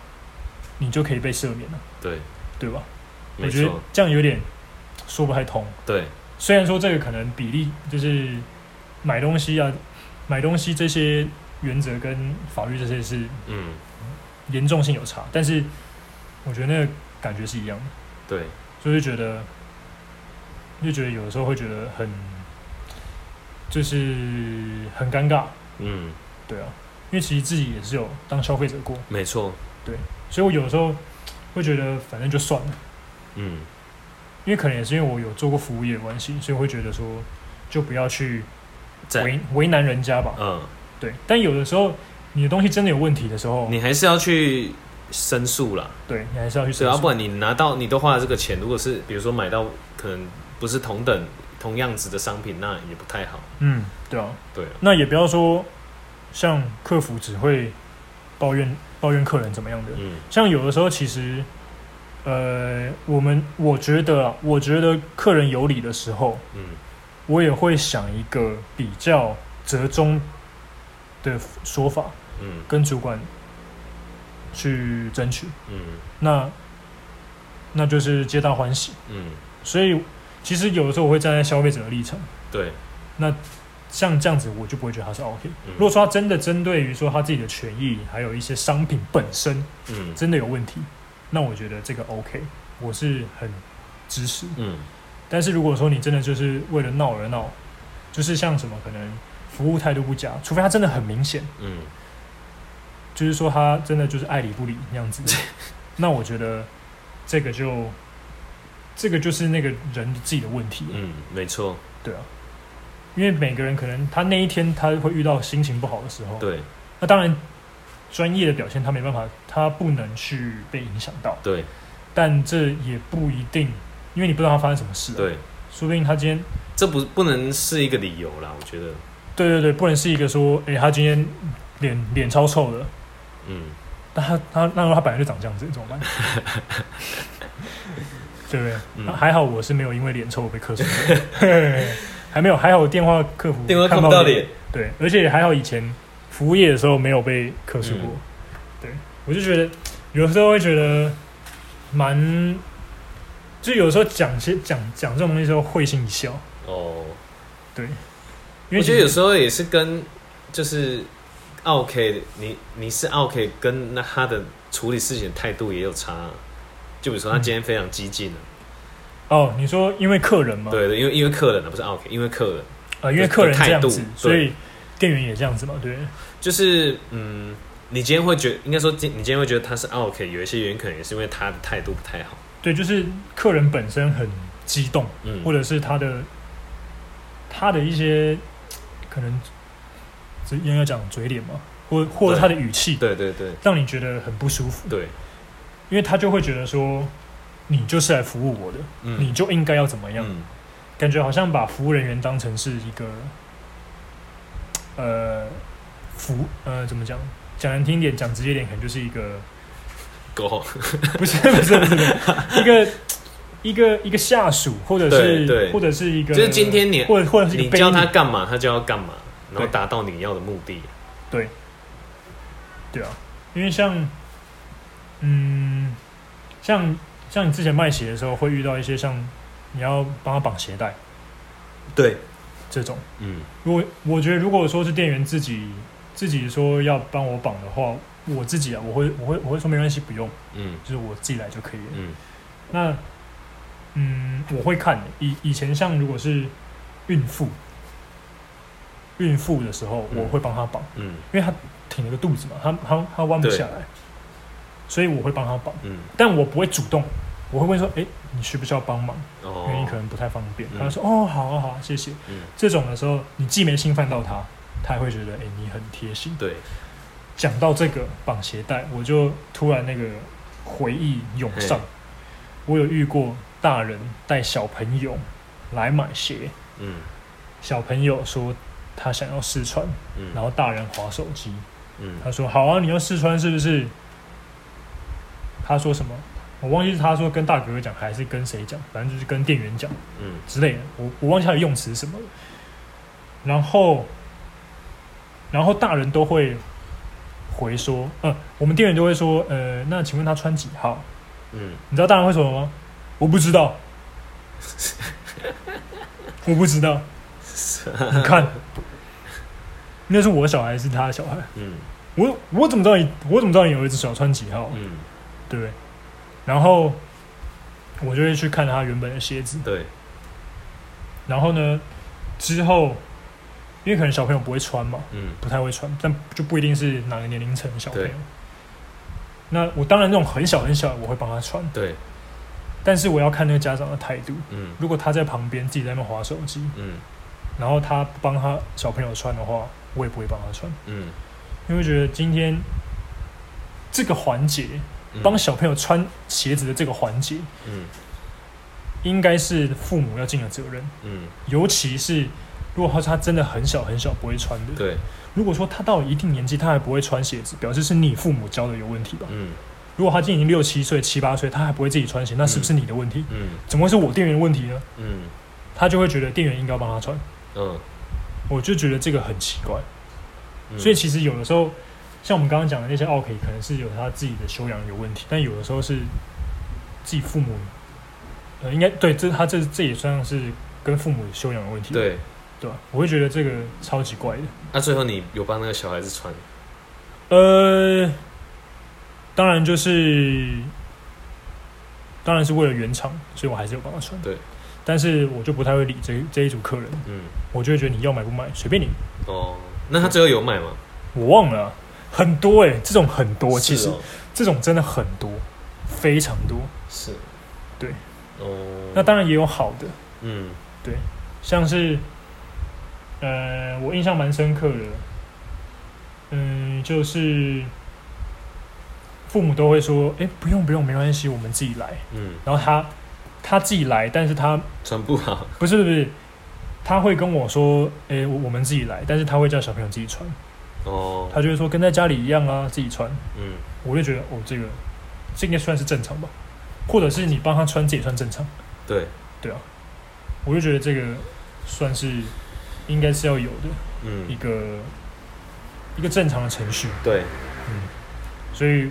S2: 你就可以被赦免了，
S1: 对，
S2: 对吧？我
S1: 没
S2: 觉得
S1: 错，
S2: 这样有点说不太通。
S1: 对
S2: 虽然说这个可能比例就是买东西啊，买东西这些原则跟法律这些是
S1: 嗯
S2: 严重性有差，但是我觉得那个感觉是一样的，
S1: 对，
S2: 所以就觉得就觉得有的时候会觉得很就是很尴尬，
S1: 嗯
S2: 对啊，因为其实自己也是有当消费者过，
S1: 没错，
S2: 所以我有时候会觉得反正就算了，
S1: 嗯
S2: 因为可能也是因为我有做过服务业的关系，所以会觉得说就不要去
S1: 在
S2: 为为难人家吧。
S1: 嗯，
S2: 对，但有的时候你的东西真的有问题的时候，
S1: 你还是要去申诉啦。
S2: 对你还是要去
S1: 对
S2: 申
S1: 啊，
S2: 诉。
S1: 不然你拿到你都花了这个钱，如果是比如说买到可能不是同等同样值的商品，那也不太好。
S2: 嗯，对啊，
S1: 对啊，
S2: 那也不要说像客服只会抱怨抱怨客人怎么样的，
S1: 嗯
S2: 像有的时候其实。呃，我们我觉得啊，我觉得客人有理的时候，
S1: 嗯
S2: 我也会想一个比较折中的说法，
S1: 嗯
S2: 跟主管去争取。
S1: 嗯
S2: 那那就是皆大欢喜。
S1: 嗯，
S2: 所以其实有的时候我会站在消费者的立场，
S1: 对，
S2: 像这样子我就不会觉得他是 OK。
S1: 嗯
S2: 如果说他真的针对于说他自己的权益，还有一些商品本身
S1: 嗯
S2: 真的有问题，那我觉得这个 OK，我是很支持。
S1: 嗯
S2: 但是如果说你真的就是为了闹而闹，就是像什么可能服务态度不佳，除非他真的很明显，
S1: 嗯
S2: 就是说他真的就是爱理不理那 样子，那我觉得这个就这个就是那个人自己的问题，
S1: 嗯，没错，
S2: 对啊。因为每个人可能他那一天他会遇到心情不好的时候，
S1: 对
S2: 那当然专业的表现他没办法，他不能去被影响到，
S1: 对
S2: 但这也不一定，因为你不知道他发生什么事、啊，，
S1: 对，
S2: 说不定他今天，
S1: 这不不能是一个理由啦，我觉得，
S2: 对对对，不能是一个说，诶、他今天脸脸超臭的，
S1: 嗯，
S2: 那他他那时候他本来就长这样子，怎 么办？对不对？
S1: 嗯
S2: 那还好我是没有因为脸臭被克诉的， 还没有，还好我电话客服
S1: 电话看
S2: 不
S1: 不到脸，，
S2: 对，而且还好以前服务业的时候没有被克诉过，
S1: 嗯
S2: 对我就觉得有时候会觉得蛮，就有时候讲些讲讲这种东西的时候会心一笑，
S1: 哦，
S2: 因为
S1: 我觉得
S2: 其
S1: 有
S2: 实
S1: 时候也是跟就是奥 K，你你是奥 K，跟那他的处理事情的态度也有差啊、就比如
S2: 嗯
S1: 说他今天非常激进啊
S2: 哦，你说因为客人嘛，
S1: 对对，因为因为客人啊，不是 OK，因为客人
S2: 呃，因为客人这
S1: 态
S2: 样
S1: 度
S2: 子
S1: 对，
S2: 所以店员也这样子嘛，对。
S1: 就是嗯，你今天会觉应该说，今你今天会觉得他是 OK，有一些原因可能也是因为他的态度不太好，
S2: 对，就是客人本身很激动，
S1: 嗯，
S2: 或者是他的他的一些可能，这应该讲嘴脸嘛，或或者
S1: 对
S2: 他的语气，
S1: 对对对
S2: 让你觉得很不舒服，
S1: 对，
S2: 因为他就会觉得说，你就是来服务我的，
S1: 嗯，
S2: 你就应该要怎么样，
S1: 嗯
S2: 感觉好像把服务人员当成是一个，呃，服呃怎么讲？讲难听点，讲直接点，可能就是一个
S1: 够，
S2: 不是不是不是不是一个一个一个下属，或者
S1: 对
S2: 是
S1: 对
S2: 或者是一个，
S1: 就是今天你
S2: 或者或者是一
S1: 你
S2: 个卑
S1: 教他
S2: 劣
S1: 干嘛，他就要干嘛，然后
S2: 对
S1: 达到你要的目的，
S2: 对啊，因为像嗯，像像你之前卖鞋的时候，会遇到一些像你要帮他绑鞋带
S1: 对，
S2: 这种。
S1: 嗯
S2: 如果我觉得，如果说是店员自己自己说要帮我绑的话，我自己啊，我会我会我会说没关系，不用，
S1: 嗯
S2: 就是我自己来就可以了。
S1: 嗯
S2: 那嗯，我会看以以前像如果是孕妇，孕妇的时候，
S1: 嗯
S2: 我会帮她绑，
S1: 嗯
S2: 因为她挺了个肚子嘛，她她她弯不
S1: 对
S2: 下来，所以我会帮她绑，
S1: 嗯，
S2: 但我不会主动，我会问说，哎、你需不需要帮忙？
S1: 哦
S2: 因，为你可能不太方便。
S1: 嗯
S2: 她说，哦，好啊好啊，谢谢。
S1: 嗯
S2: 这种的时候，你既没侵犯到她，她也会觉得，哎、你很贴心。
S1: 对，
S2: 讲到这个绑鞋带，我就突然那个回忆涌上
S1: 嘿。
S2: 我有遇过大人带小朋友来买鞋，
S1: 嗯
S2: 小朋友说他想要试穿，
S1: 嗯，
S2: 然后大人划手机，
S1: 嗯
S2: 他说：“好啊，你要试穿是不是？”他说什么？我忘记是他说跟大哥哥讲还是跟谁讲，反正就是跟店员讲
S1: 嗯
S2: 之类的，我我忘记他的用词是什么了。然后，然后大人都会回说：“嗯，我们店员都会说，呃，那请问他穿几号？”
S1: 嗯，
S2: 你知道大人会说什么吗？我不知道，我不知道。你看，那是我小孩，是他的小孩。
S1: 嗯
S2: 我我怎么知道你？我怎么知道你有一只小穿几号？
S1: 嗯，
S2: 对不对？然后我就会去看他原本的鞋子。
S1: 对，
S2: 然后呢，之后因为可能小朋友不会穿嘛，
S1: 嗯
S2: 不太会穿，但就不一定是哪个年龄层的小朋友
S1: 对。
S2: 那我当然那种很小很小，我会帮他穿，
S1: 对，
S2: 但是我要看那个家长的态度。
S1: 嗯
S2: 如果他在旁边自己在那边划手机，
S1: 嗯
S2: 然后他不帮他小朋友穿的话，我也不会帮他穿，
S1: 嗯，
S2: 因为觉得今天这个环节
S1: 嗯
S2: 帮小朋友穿鞋子的这个环节，
S1: 嗯
S2: 应该是父母要尽的责任，
S1: 嗯，
S2: 尤其是如果他真的很小很小不会穿的，
S1: 对，
S2: 如果说他到了一定年纪他还不会穿鞋子，表示是你父母教的有问题吧？
S1: 嗯
S2: 如果他今年已经六七岁、七八岁，他还不会自己穿鞋，那是不是你的问题？
S1: 嗯
S2: 怎么会是我店员的问题呢？
S1: 嗯
S2: 他就会觉得店员应该帮他穿，
S1: 嗯，
S2: 我就觉得这个很奇怪。
S1: 嗯
S2: 所以其实有的时候，像我们刚刚讲的那些 OK，可能是有他自己的修养有问题，但有的时候是自己父母，呃，应该对这他这这也算是跟父母修养有问题，
S1: 对，
S2: 对吧？我会觉得这个超级怪的。
S1: 那最后你有帮那个小孩子穿，
S2: 呃，当然就是，当然是为了原厂，所以我还是有帮他穿。
S1: 对，
S2: 但是我就不太会理这这一组客人，
S1: 嗯，
S2: 我就会觉得你要买不买随便你，
S1: 哦，那他最后有买吗？
S2: 我忘了啊、很多哎、这种很多，其
S1: 是
S2: 实
S1: 哦
S2: 这种真的很多，非常多。
S1: 是，
S2: 对，
S1: 哦，
S2: 那当然也有好的，
S1: 嗯
S2: 像是呃，我印象蛮深刻的，嗯，就是父母都会说，哎、不用不用，没关系，我们自己来。
S1: 嗯，
S2: 然后他他自己来，但是他
S1: 穿不好，
S2: 不是不是，他会跟我说，哎、我我们自己来，但是他会叫小朋友自己穿，
S1: 哦，
S2: 他就会说跟在家里一样啊，自己穿。
S1: 嗯，
S2: 我就觉得哦，这个这应该算是正常吧，或者是你帮他穿，这也算正常。
S1: 对，
S2: 我就觉得这个算是应该是要有的一
S1: 嗯，
S2: 个一个正常的程序。
S1: 对，
S2: 所以，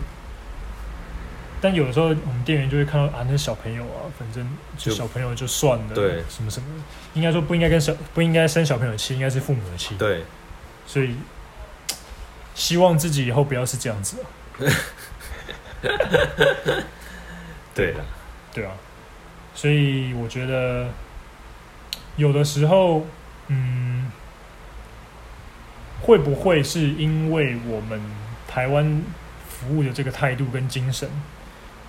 S2: 但有的时候我们店员就会看到啊，那小朋友啊，反正就
S1: 就
S2: 小朋友就算了，
S1: 对
S2: 什么什么的，应该说不应该跟小不应该生小朋友的气，应该是父母的气。
S1: 对，
S2: 所以希望自己以后不要是这样子啊，
S1: 对了，
S2: 对啊。所以我觉得有的时候，嗯，会不会是因为我们台湾服务的这个态度跟精神，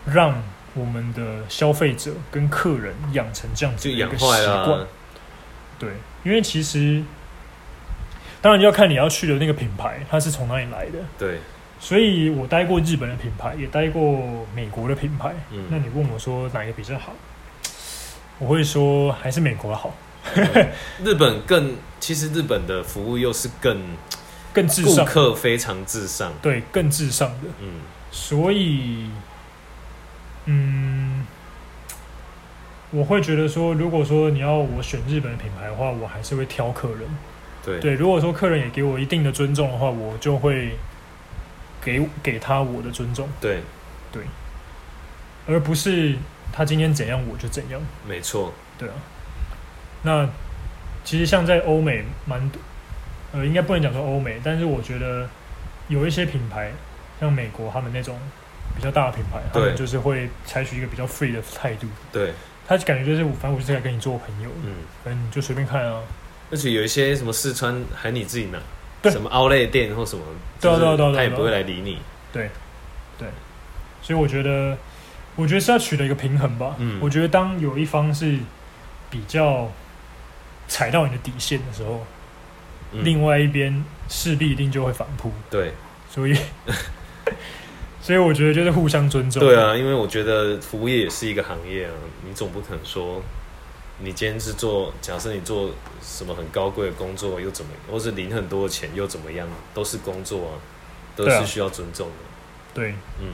S2: 让我们的消费者跟客人养成这样子
S1: 就
S2: 的一
S1: 养
S2: 个习
S1: 坏
S2: 惯？
S1: 了啊，
S2: 对，因为其实当然要看你要去的那个品牌，它是从哪里来的。
S1: 对，
S2: 所以我待过日本的品牌，也待过美国的品牌。那
S1: 嗯，
S2: 你问我说哪一个比较好，我会说还是美国好，
S1: 日本更，其实日本的服务又是更
S2: 更至
S1: 顾
S2: 上，
S1: 客非常至上，
S2: 对，更至上的。
S1: 嗯，
S2: 所以，嗯，我会觉得说，如果说你要我选日本的品牌的话，我还是会挑客人。
S1: 对，
S2: 对，如果说客人也给我一定的尊重的话，我就会给给他我的尊重，
S1: 对，
S2: 而不是他今天怎样我就怎样。
S1: 没错，
S2: 对啊，那其实像在欧美蛮多，呃，应该不能讲说欧美，但是我觉得有一些品牌，像美国他们那种比较大的品牌，他们
S1: 对
S2: 就是会采取一个比较 free 的态度，
S1: 对，
S2: 他就感觉就是我反正我就是来跟你做朋友，
S1: 嗯，
S2: 反正你就随便看啊，
S1: 而且有一些什么四川喊你自己拿，
S2: 对
S1: 什么奥莱店或什么，
S2: 对啊
S1: 就是
S2: 对啊对啊对啊
S1: 他也
S2: 对啊
S1: 不会来理你，
S2: 所以我觉得，我觉得是要取得一个平衡吧。
S1: 嗯
S2: 我觉得当有一方是比较踩到你的底线的时候，
S1: 嗯
S2: 另外一边势必一定就会反扑。
S1: 对，
S2: 所以， 所以我觉得就是互相尊重。
S1: 对，啊，因为我觉得服务业也是一个行业啊，你总不可能说你今天是做，假设你做什么很高贵的工作又怎么，或是领很多的钱又怎么样，都是工作啊，都
S2: 对啊
S1: 是需要尊重的。
S2: 对
S1: 嗯，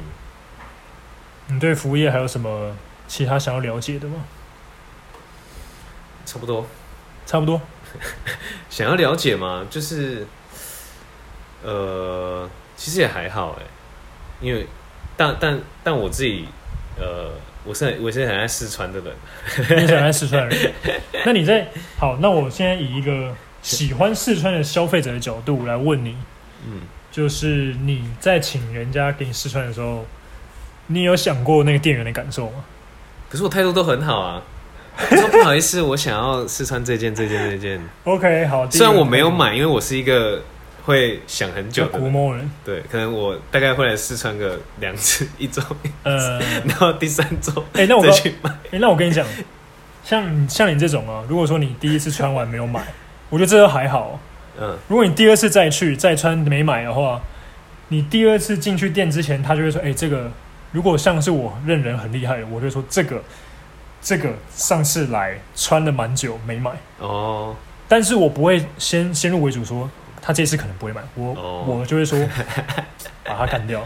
S2: 你对服务业还有什么其他想要了解的吗？
S1: 差不多。
S2: 差不 多，
S1: 想要了解吗？就是，呃，其实也还好哎、因为但但但我自己，呃，我是很我是很爱四川的人，啊
S2: 你想来四川人？那你在好，那我现在以一个喜欢四川的消费者的角度来问你，
S1: 嗯，
S2: 就是你在请人家给你试穿的时候，你有想过那个店员的感受吗？
S1: 可是我态度都很好啊。我说不好意思，我 想要试穿这件这件这件，
S2: OK，好。第一
S1: 虽然
S2: 个
S1: 我没有买，因为我是一个会想很
S2: 就
S1: 久的
S2: 古
S1: 人，
S2: 某人，
S1: 对，可能我大概会来试穿个两次一 周，
S2: 呃，
S1: 然后第三周
S2: 哎、那 我
S1: 再
S2: 告
S1: 去买，
S2: 哎、那我跟你讲，像你像你这种啊，如果说你第一次穿完没有买，我觉得这都还好。
S1: 嗯，
S2: 如果你第二次再去再穿没买的话，你第二次进去店之前，他就会说：“哎、这个如果像是我认人很厉害的，我就会说这个这个上次来穿了蛮久没买，
S1: 哦，
S2: 但是我不会先先入为主说他这次可能不会买，我、
S1: 哦
S2: 我就会 说把他干掉。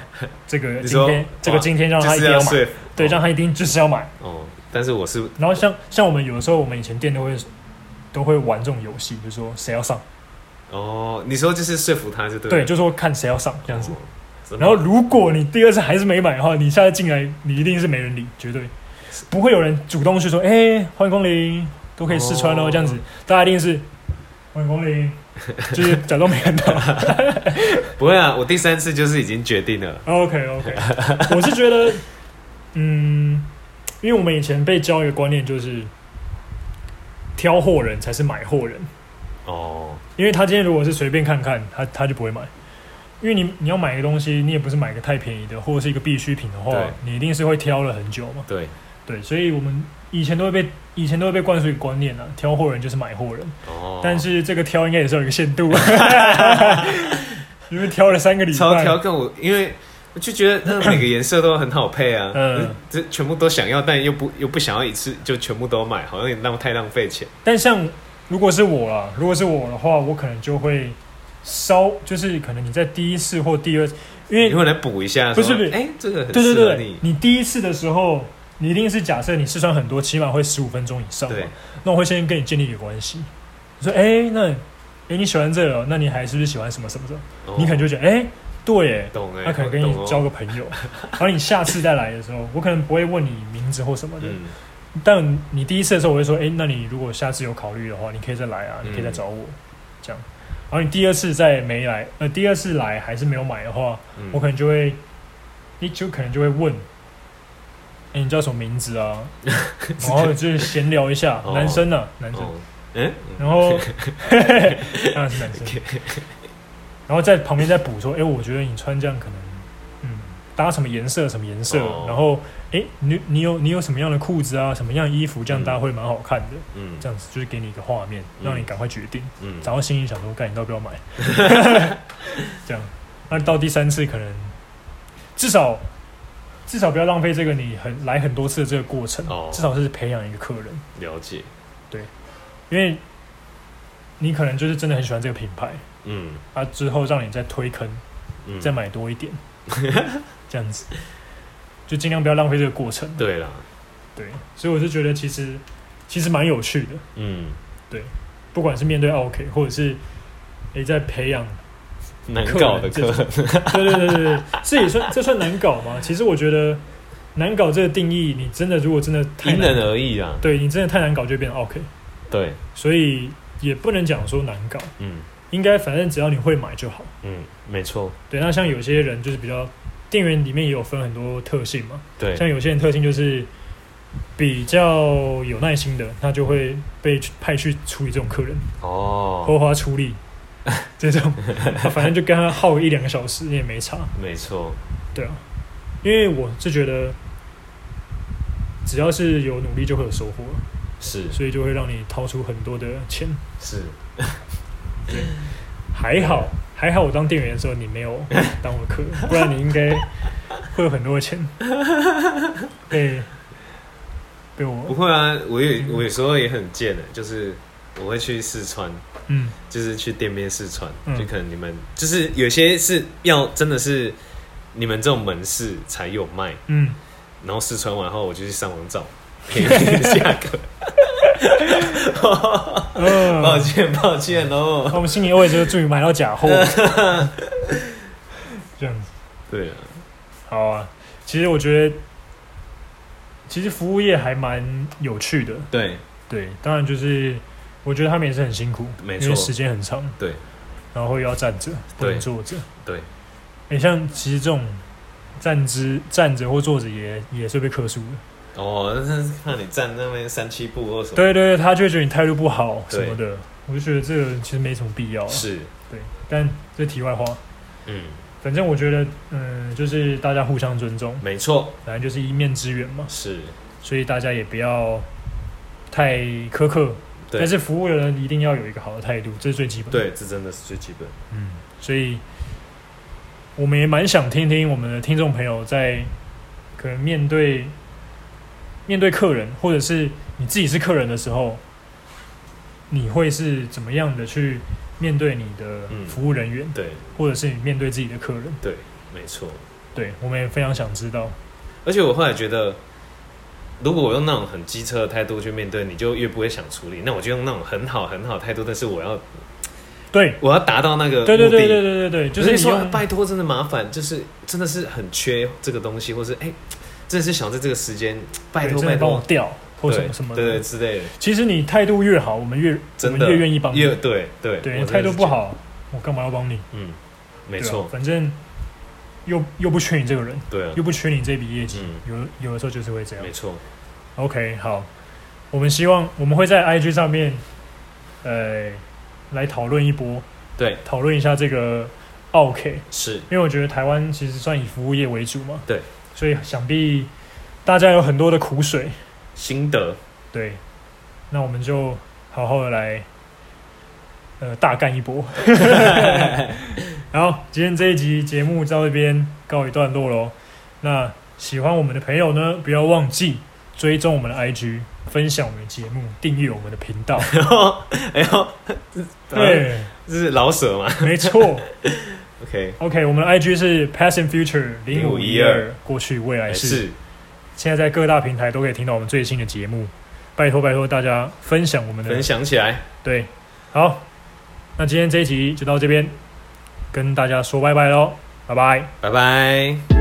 S2: 这个
S1: 你
S2: 今
S1: 说
S2: 天这个
S1: 哇
S2: 今天让
S1: 就
S2: 他一
S1: 是哦
S2: 定要
S1: 要
S2: 买，
S1: 说
S2: 对，让他一定就是要买。”
S1: 哦，但是我是
S2: 然后像像我们有的时候，我们以前店都会都会玩这种游戏，就是说谁要上，
S1: 哦，你说就是说服他就对
S2: 对，
S1: 了，
S2: 就说看谁要上这样子
S1: 哦。真的
S2: 然后如果你第二次还是没买的话，你下次进来你一定是没人理，绝对不会有人主动去说，哎、欢迎光临，都可以试穿哦
S1: 哦
S2: 这样子，大家一定是欢迎光临，就是假装没看到。
S1: 不会啊，我第三次就是已经决定了，
S2: OK OK，我是觉得，嗯，因为我们以前被教一个观念就是，挑货人才是买货人。
S1: 哦，
S2: 因为他今天如果是随便看看，他他就不会买，因为你你要买一个东西，你也不是买个太便宜的或者是一个必需品的话
S1: 对，
S2: 你一定是会挑了很久嘛。
S1: 对，
S2: 对，所以我们以前都会被以前都会被灌输一个观念啊，挑货人就是买货人。
S1: 哦，
S2: 但是这个挑应该也是有一个限 度，因为挑了三个礼拜，
S1: 哦超挑跟我，因为我就觉得那每个颜色都很好配啊，
S2: 嗯
S1: 这全部都想要，但又不又不想要一次就全部都买，好像也浪太浪费钱。
S2: 但像如果是我啦，如果是我的话，我可能就会稍，就是可能你在第一次或第二次，因为
S1: 你会来补一下，
S2: 不是
S1: 说
S2: 不是
S1: 哎、这个很
S2: 对对
S1: 适合
S2: 对
S1: 你，，
S2: 你第一次的时候，你一定是假设你试穿很多，起码会十五分钟以上嘛
S1: 对。
S2: 那我会先跟你建立一个关系，我说哎、那哎、你喜欢这个哦，那你还是不是喜欢什么什么什么？
S1: 哦
S2: 你可能就觉得哎、对耶。
S1: 懂哎、
S2: 他可能跟你
S1: 懂哦
S2: 交个朋 友，然后你下次再来的时候，我可能不会问你名字或什么的，
S1: 嗯，
S2: 但你第一次的时候，我会说，哎、那你如果下次有考虑的话，你可以再来啊，
S1: 嗯
S2: 你可以再找我，这样。然后你第二次再没来，呃，第二次来还是没有买的话，
S1: 嗯
S2: 我可能就会，你就可能就会问，哎、你叫什么名字啊？ 然后就是闲聊一下，
S1: 哦
S2: 男生呢、啊，男生，
S1: 哦，嗯，
S2: 然后当然是男生，然后在旁边再补说，哎、我觉得你穿这样可能，嗯，搭什么颜色什么颜色，
S1: 哦
S2: 然后，哎、你你有你有什么样的裤子啊，什么样的衣服，这样搭会蛮好看的，
S1: 嗯
S2: 这样子就是给你一个画面，
S1: 嗯
S2: 让你赶快决定，
S1: 嗯，
S2: 然后心里想说，干你到底要不要买， 这样，那到第三次可能至少。至少不要浪费这个你很来很多次的这个过程，
S1: 哦
S2: 至少是培养一个客人。
S1: 了解，
S2: 因为你可能就是真的很喜欢这个品牌，
S1: 嗯
S2: 啊，之后让你再推坑，
S1: 嗯，
S2: 再买多一点， 这样子，就尽量不要浪费这个过程。
S1: 对啦，
S2: 对，所以我是觉得其实其实蛮有趣的，
S1: 嗯，
S2: 不管是面对 OK，或者是诶、在培养，
S1: 难搞的
S2: 客人
S1: 客人，
S2: 对对对对对，这也算这算难搞吗？其实我觉得难搞这个定义，你真的如果真的太
S1: 因
S2: 难
S1: 人，而异啊，
S2: 对你真的太难搞就变成 OK，
S1: 对，
S2: 所以也不能讲说难搞，
S1: 嗯
S2: 应该反正只要你会买就好。
S1: 嗯，没错，
S2: 对，那像有些人就是比较，店员里面也有分很多特性嘛，
S1: 对，
S2: 像有些人特性就是比较有耐心的，他就会被派去处理这种客人，
S1: 哦，
S2: 多花出力这种，啊反正就跟他耗一两个小时也没差，
S1: 没错，
S2: 对啊，因为我是觉得只要是有努力就会有收获，
S1: 是
S2: 所以就会让你掏出很多的钱，
S1: 是，
S2: 还好。还好我当店员的时候你没 有当我客人，不然你应该会有很多 的钱被被
S1: 不
S2: 我
S1: 会啊，我有
S2: 嗯
S1: 我有时候也很贱的，就是我会去试穿。
S2: 嗯
S1: 就是去店面试穿，
S2: 嗯
S1: 就可能你们就是有些是要真的是你们这种门市才有卖，
S2: 嗯
S1: 然后试穿完后我就去上网找便宜的 价格，
S2: 嗯，
S1: 抱歉抱歉哦。
S2: 那我们心里 OS 就是祝你买到假 货，这样子
S1: 对啊，
S2: 好啊。其实我觉得，其实服务业还蛮有趣的。
S1: 对
S2: 对，当然就是我觉得他们也是很辛苦，
S1: 没
S2: 因为
S1: 错
S2: 时间很长，
S1: 对，
S2: 然后又要站着，不能
S1: 对
S2: 坐着。
S1: 对，
S2: 你、像其实这种站姿站着或坐着也也是被克数的。
S1: 哦，那是看你站那边三七步或什么，
S2: 对对对，他就会觉得你态度不好什
S1: 对
S2: 么的，我就觉得这个其实没什么必要、啊。
S1: 是，
S2: 对，但这题外话，
S1: 哦嗯，
S2: 反正我觉得，嗯，就是大家互相尊重，
S1: 没错，
S2: 本来就是一面之缘嘛，
S1: 是，
S2: 所以大家也不要太苛刻。
S1: 对
S2: 但是服务的人一定要有一个好的态度，这是最基本的。，
S1: 对，这真的是最基本。
S2: 嗯，所以我们也蛮想听听我们的听众朋友在可能面对面对客人，或者是你自己是客人的时候，你会是怎么样的去面对你的
S1: 嗯
S2: 服务人员，
S1: 对
S2: 或者是你面对自己的客人？
S1: 对，没错。
S2: 对，我们也非常想知道。
S1: 而且我后来觉得，如果我用那种很机车的态度去面对，你就越不会想处理。那我就用那种很好很好的态度，但是我要
S2: 对，
S1: 我要达到那个呃目的。
S2: 对对对对对对对，就
S1: 就是是
S2: 你
S1: 说、啊
S2: 用
S1: 拜托，真的麻烦，就是真的是很缺这个东西，或是哎、真的是想在这个时间，拜
S2: 对
S1: 托
S2: 真的
S1: 拜
S2: 帮我
S1: 托，
S2: 调或什
S1: 对
S2: 么什么
S1: 对对
S2: 的。
S1: 之类的，
S2: 其实你态度越好，我们越我
S1: 真
S2: 们
S1: 的
S2: 越愿意帮你。
S1: 越对对
S2: 对，
S1: 我真的
S2: 你态度
S1: 是
S2: 不
S1: 觉得，
S2: 好，我干嘛要帮你？
S1: 嗯，没
S2: 对啊
S1: 错，
S2: 反正又又不缺你这个人，
S1: 对啊
S2: 又，不缺你这笔业绩。
S1: 嗯，
S2: 有有的时候就是会这样
S1: 没。错，
S2: OK，好，我们希望我们会在 IG 上面，呃，来讨论一波，
S1: 对，
S2: 讨论一下这个 OK。
S1: 是
S2: 因为我觉得台湾其实算以服务业为主嘛，
S1: 对，
S2: 所以想必大家有很多的苦水，
S1: 心得，
S2: 对，那我们就好好的来，呃，大干一 波。好，今天这一集节目到这边告一段落喽。那喜欢我们的朋友呢，不要忘记追踪我们的 IG，分享我们的节目，订阅我们的频道。
S1: 然后，哎呦，
S2: 对，
S1: 这是老舍嘛
S2: 没错。
S1: ？OK，
S2: OK，我们的 IG 是 Past and Future 零五一二
S1: 0512，
S2: 过去未来
S1: 还
S2: 式。
S1: 是
S2: 现在在各大平台都可以听到我们最新的节目，拜托拜托大家分享我们的
S1: 分享起来，
S2: 对，好，那今天这一集就到这边，跟大家说拜拜喽，拜拜。
S1: 拜拜。